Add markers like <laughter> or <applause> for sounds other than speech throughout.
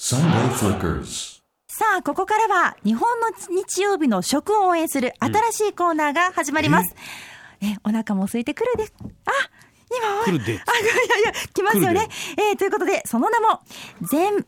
Sunday Flickers. さあ、ここからは日本の日曜日の食を応援する新しいコーナーが始まります。え、お腹も空いてくるで、あ、今は、来るあ、でいやいや、来ますよね。えーということで、その名も、全、うん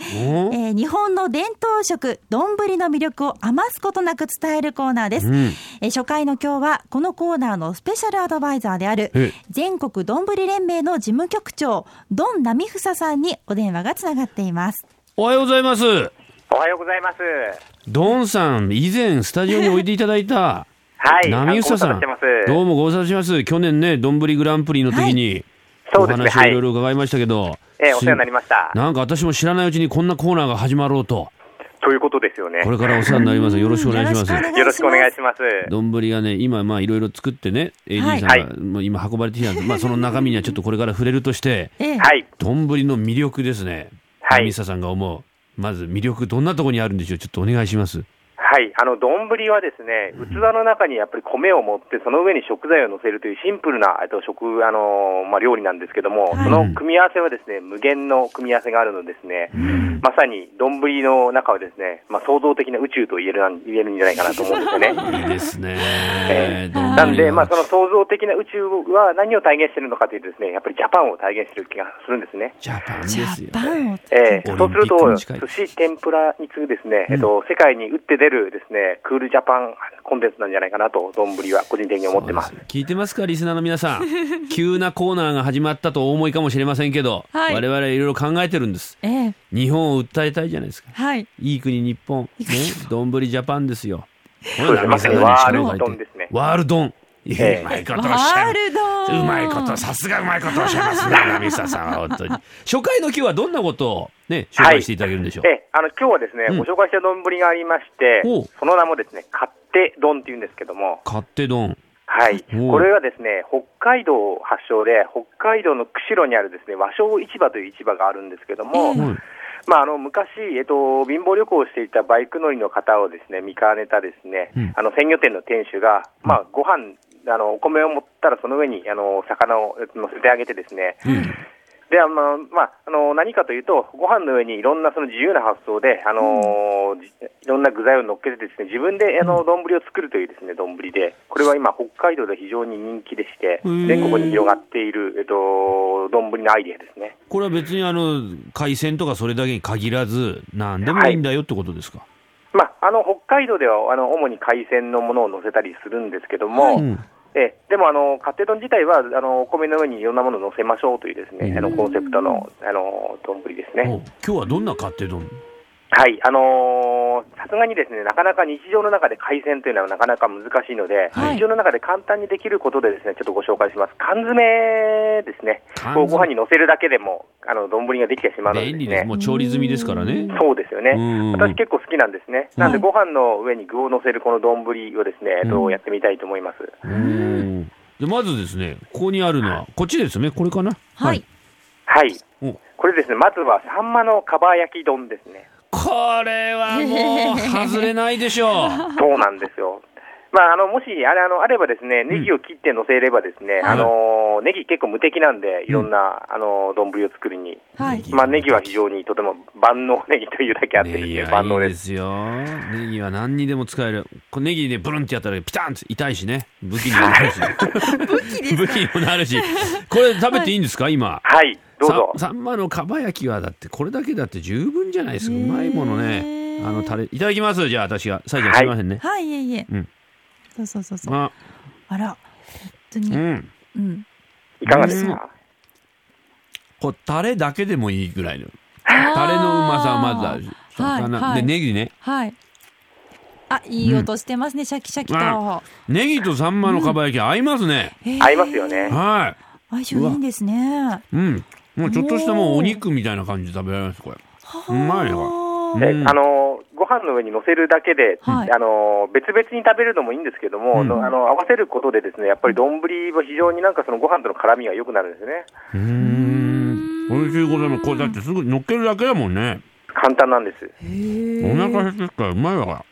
えー日本の伝統食、丼の魅力を余すことなく伝えるコーナーです。うんえー初回の今日は、このコーナーのスペシャルアドバイザーである、え全国丼連盟の事務局長、ドン波房さんにお電話がつながっています。おはようございます。おはようございます。ドンさん、以前スタジオにおいていただいた、はい。波ご草無沙さ汰しんてます。、どうもご無沙汰してます。去年ね、どんぶりグランプリの時に、そおうですね。話をはいろいい。ろ伺いましたけど、ええお世話になりました。なんか私も知らないうちにこんなコーナーが始まろうと、ということですよね。これからお世話になります。よろしくお願いします。よろしくお願いす。します。丼がね、今、まあいろいろ作ってね、AD はいさはいんがもう今運ばれてきたんです、まあその中身にはちょっとこれから触れるとして、ええはい。丼の魅力ですね。はいミサさんが思う。まず魅力、どんなとこにあるんでしょうちょっとお願いします。はい。あの、丼はですね、器の中にやっぱり米を持って、その上に食材を乗せるというシンプルな、えっと、食、あのー、まあ、料理なんですけども、はいその組み合わせはですね、無限の組み合わせがあるのですね、まさに丼の中はですね、まあ、創造的な宇宙と言えるな、言えるんじゃないかなと思うんですよね。 <laughs> いいですね。え丼なんで、まあ、その創造的な宇宙は何を体現しているのかというとですね、やっぱりジャパンを体現している気がするんですね。ジャパンでジすャよ。パンをオリンええピックそうするとに近い、寿司、天ぷらに次ぐですね、うんえっと、世界に打って出るですね、クールジャパンコンテンツなんじゃないかなと、丼は個人的に思ってますそう。です聞いてますか、リスナーの皆さん。 <laughs> 急なコーナーが始まったとお思いかもしれませんけど、はい我々いろいろ考えてるんです。ええ日本を訴えたいじゃないですか。はい。いい国、日本。 <laughs> ね、どんぶりジャパンですよ。うですねまさにワールドンですねワールドン。いやええうまいこワとおっしゃーる。ルド。うまいこと、さすがうまいことおっしゃい <laughs> ますね、波佐さんは本当に。初回の今日はどんなことをね、紹介していただけるんでしょう。ええ、あの、今日はですね、うんご紹介した丼がありましておう、その名もですね、勝手丼っていうんですけども、勝手丼。はい。おうこれはですね、北海道発祥で、北海道の釧路にあるですね、和商市場という市場があるんですけども、ええはいまあ、あの昔、えっと、貧乏旅行をしていたバイク乗りの方をですね見かねたですね、うんあの鮮魚店の店主が、まあ、ご飯あのお米を持ったらその上にあの魚をえっと乗せてあげてですね、であの、まあ、あの何かというと、ご飯の上にいろんなその自由な発想で、あのじいろんな具材を乗っけてですね自分であの丼を作るというですね丼で、これは今、北海道で非常に人気でして、へー全国に広がっている、えっと、丼のアイデアですね。これは別にあの海鮮とかそれだけに限らず、何でもいいんだよってことですか。まあ、あの北海道ではあの主に海鮮のものを乗せたりするんですけども、うんええでもあの家庭丼自体はあのお米の上にいろんなものを乗せましょうというですね、うんあのコンセプトのあの丼ですおね。今日はどんな勝手丼はい、あのーさすがにですねなかなか日常の中で海鮮というのはなかなか難しいので、はい日常の中で簡単にできることでですねちょっとご紹介します。缶詰ですね。缶こう詰ご飯に乗せるだけでもあの丼ができてしまうので便利すでねす。。もう調理済みですからね。そうですよね。うん私結構好きなんですね。なんでご飯の上に具を乗せるこの丼をですね、うんどうやってみたいと思います。うんでまずですね、ここにあるのは、こっちですね、これかな。はい。。はい。おここれですね、まずはサンマのかば焼き丼で <laughs> すね。れはもう、外れないでしょう。そうなんですよ。まあ、あの、もし、あれ、あの、あればですね、ネギを切って乗せればですね、んあの、ネギ結構無敵なんで、いろんな、あの、丼を作りに。はい。まあ、ネギは非常にとても万能ネギというだけあってですネギね、は万い能いで。ですすよ。ネギは何にでも使える。こうネギでブルンってやったらピタンって痛いしね。武器にもなるし。 <laughs> 武器にもなるし。これ食べていいんですか今。はい、どうぞ。さサンマのかば焼きはだってこれだけだって十分じゃないですか。うねえまいものね。あのタレいただきます。じゃあ私が最後すいませんね。はい、いえいえうん。そうそうそうそう。あ、あら。本当うに。ん。うん。いかがですかこうタレだけでもいいぐらいの。タレのうまさはまずあるし。はい魚はいでネギね。はい。あ、いい音してますね。シャキシャキと。ネギとサンマのかば焼き合いますね。へー合いますよ。ね。はい。相性いいんですね。うん。もうちょっとしたもうお肉みたいな感じで食べられます、これ。うまいよはうあんえあのご飯の上に乗せるだけで、はいあの別々に食べるのもいいんですけども、うんのあの合わせることで、ですねやっぱり丼は非常になんかそのご飯との絡みが良くなるんですね、うーん。美味しいことも、これだってすぐ乗っけるだけだもんね。簡単なんです。へーお腹減ってきたらうまい <laughs> わ、これ。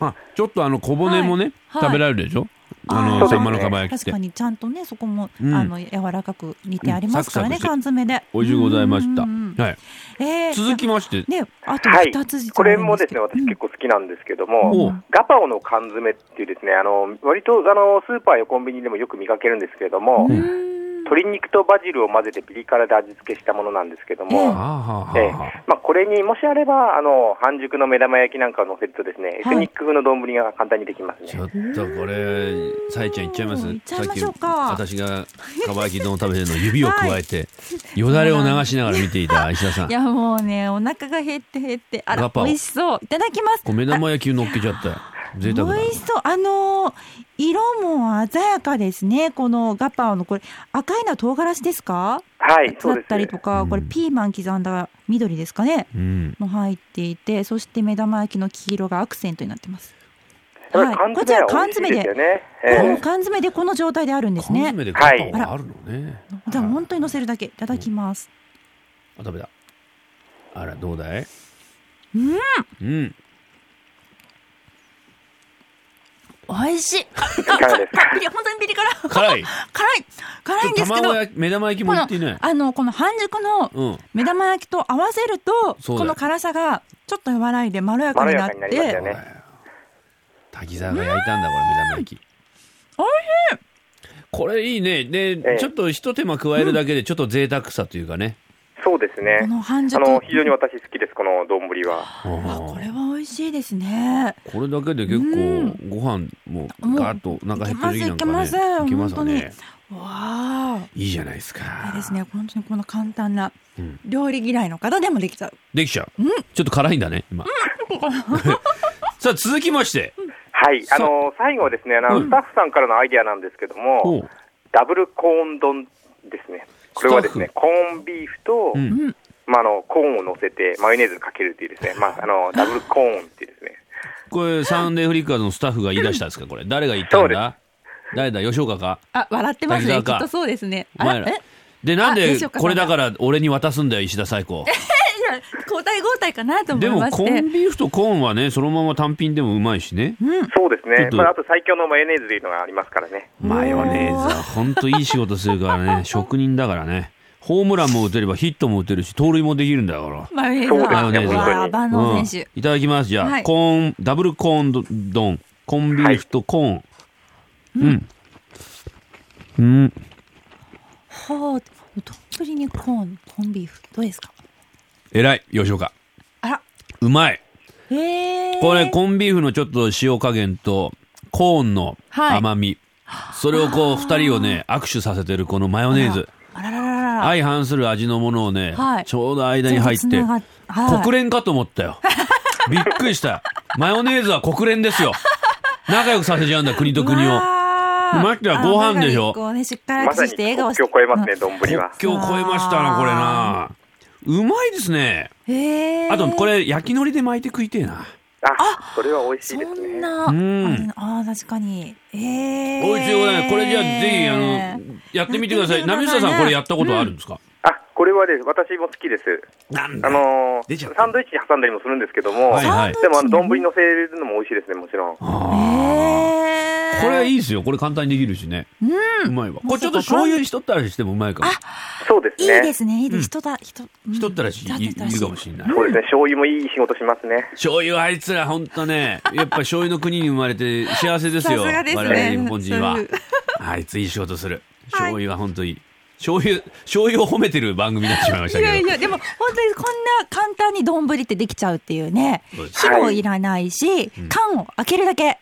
あ、ちょっとあの小骨もね、はい食べられるでしょあのそうですサねンマのかば焼きっ確てか。にちゃんとねそこも、うんあの柔らかく煮てありますからね、うんサクサクして缶詰で。おいしゅうございました。うんうんうんはい。えー続きまして。ねあとはい二つ実はこあれるんもすでけすどね、私結構好きなんですけどおも、うガパオの缶詰っていうですね、あの、割とあの、スーパーやコンビニでもよく見かけるんですけれども、うん鶏肉とバジルを混ぜてピリ辛で味付けしたものなんですけどええはあも、はあええはあまあ、これにもしあれば、あの、半熟の目玉焼きなんかを乗せるとですね、エスニック風の丼が簡単にできますちねょ。っとこれ、さえちゃんいっちゃいますいっちゃいさっまきしょうか私がかば焼き丼を食べてるのを指を加えて、よだれを流しながら見ていた石田さんい。やもうねお腹が減って減ってあガらパオ美味しそういただきますこう目玉焼きを乗っけちゃったよ。贅沢だ。美味しそうあのー色も鮮やかですねこのガパオのこれ赤いのは唐辛子ですかはい、そうだでったりとす。か、うんこれピーマン刻んだ緑ですかねうん。も入っていてそして目玉焼きの黄色がアクセントになってますやっはいぱり缶詰は美味しいですよね。えこのえ缶詰でこの状態であるんです缶ね詰でガパオがあるのね。じゃあ本当に乗せるだけいただきますあ、食べた。あら、どうだいうん <laughs> うん。美味しいあいかがですか <laughs> ピリ本当にピリ辛辛い。辛い辛いんですけど卵焼き、目玉焼きもこいのっていない。あのこの半熟のうん。目玉焼きと合わせるとそうこだよの辛さがちょっと和らいでまろやかになっまてろやかになりますよね滝沢が焼いたんだ、これ、目玉焼き。おいこれいいね。で、ええちょっと一手間加えるだけで、ちょっと贅沢さというかね。そうですねこ。の半あ熟の、非常に私好きです、この丼は。ああこれは美味しいですねこれだけで結構ご飯ももうガーッとお腹減ってる時なんかいけまねすいけますいけますわ本ねわあいいじゃないですいかいですね本当にこの簡単なうん料理嫌いの方でもできちゃうできちゃううんちょっと辛いんだね今 <laughs> さあ続きましてはい、あの、最後はですね、あのうんスタッフさんからのアイデアなんですけどおも、うダブルコーン丼ですね。これはですね、スコーンビーフと、うんうんまあ、あの、コーンを乗せて、マヨネーズかけるっていうですね、まあ、あの、ダブルコーンっていうですね。これサンデーフリッカーズのスタッフが言い出したんですかこれ誰が言ったそうんですだ誰だ吉岡かあ笑ってますねき滝っ沢かとそうですねおあ前ららえでなんあで吉岡さんだこれだから俺に渡すんだよ石田 <laughs> 最高いや交代交代かなと思でいもまコしてンビーフとコーンはねそのまま単品でもうまいしねうんそうですちょっね。とまあ、あと最強のマヨネーズというのがありますからね。マヨネーズは本当いい仕事するからね職人だからねホームランも打てればヒットも打てるし盗塁もできるんだからマヨネーズそうですねはマヨネーズわあ万能うん選いただきますじゃあ、はいコーンダブルコーンど丼コンビーフとコーン、うんうん手ほうどっぷりにコーンコンビーフどうですかえらい吉岡あらうまいえーこれコンビーフのちょっと塩加減とコーンのはい甘み、それをこう二人をね握手させてるこのマヨネーズあららららら相反する味のものをね、はいちょうど間に入っちょうどてつながっはい国連かと思 <laughs> ったよびっくりしたマヨネーズは国連ですよ仲良くさせちゃうんだ国と国をママキはご飯でしょこうねしっかまりさしにて笑顔国して境を越えますね、丼国は。境を越えましたなこれなうまいですねうんへーあとこれ焼き海苔で巻いて食いてえなあ、それは美味しそいですんね。な、うんああ確かにええおいしいおだねこれじゃあぜひあのやってみてくださいやって波みてくださ下いねさんこれやったことあるんですかあ、これはです。私も好きです。なんだあのー出ちゃったサンドイッチに挟んだりもするんですけども、はいはいでも、あの、丼に乗せるのも美味しいですね、もちろん。あーこれいいいですよこれ簡単にできるしねうまいわこれちょもうそっとこ醤油ひとったらししてもうまいかもそうですいいね。ですねいいでうんす人だ人ひとったらし人だいいるかもしれないそうですね、醤油もいい仕事しますね。醤油あいつら本当ね、やっぱ醤油の国に生まれて幸せですよ。さすがですね我々日本人はそういう。あいついい仕事する。はい醤油は本当いい。醤油、醤油を褒めてる番組になってしまいましたいやけいど。やでも本当にこんな簡単に丼ってできちゃうっていうねそうです火もいらないし、缶を開けるだけ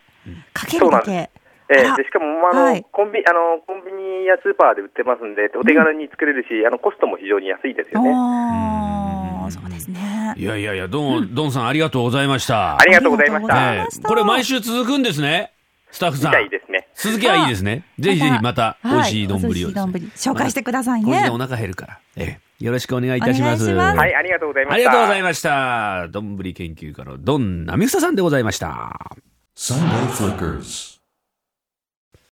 かけるだけええあでしかも、まああのはいコンビあのコンビニやスーパーで売ってますんで、お手軽に作れるし、あのコストも非常に安いですよね。おーそうですねいやいやいや、どん、どんさんありがとうございました。ありがとうございましあた。りえがとうございまえしたこれ毎週続くんですね。スタッフみさんた。いですね。続きはいいですね。ぜひぜひまた美味しい丼をではい美すね。味しい丼紹介してくださいねこれでお腹減るから。ええよろしくお願いいたします。お願いしますはい、ありがとうございました。ありがとうございました。どんぶり研究家のどんなみふささんでございました。 Sunday Flickers.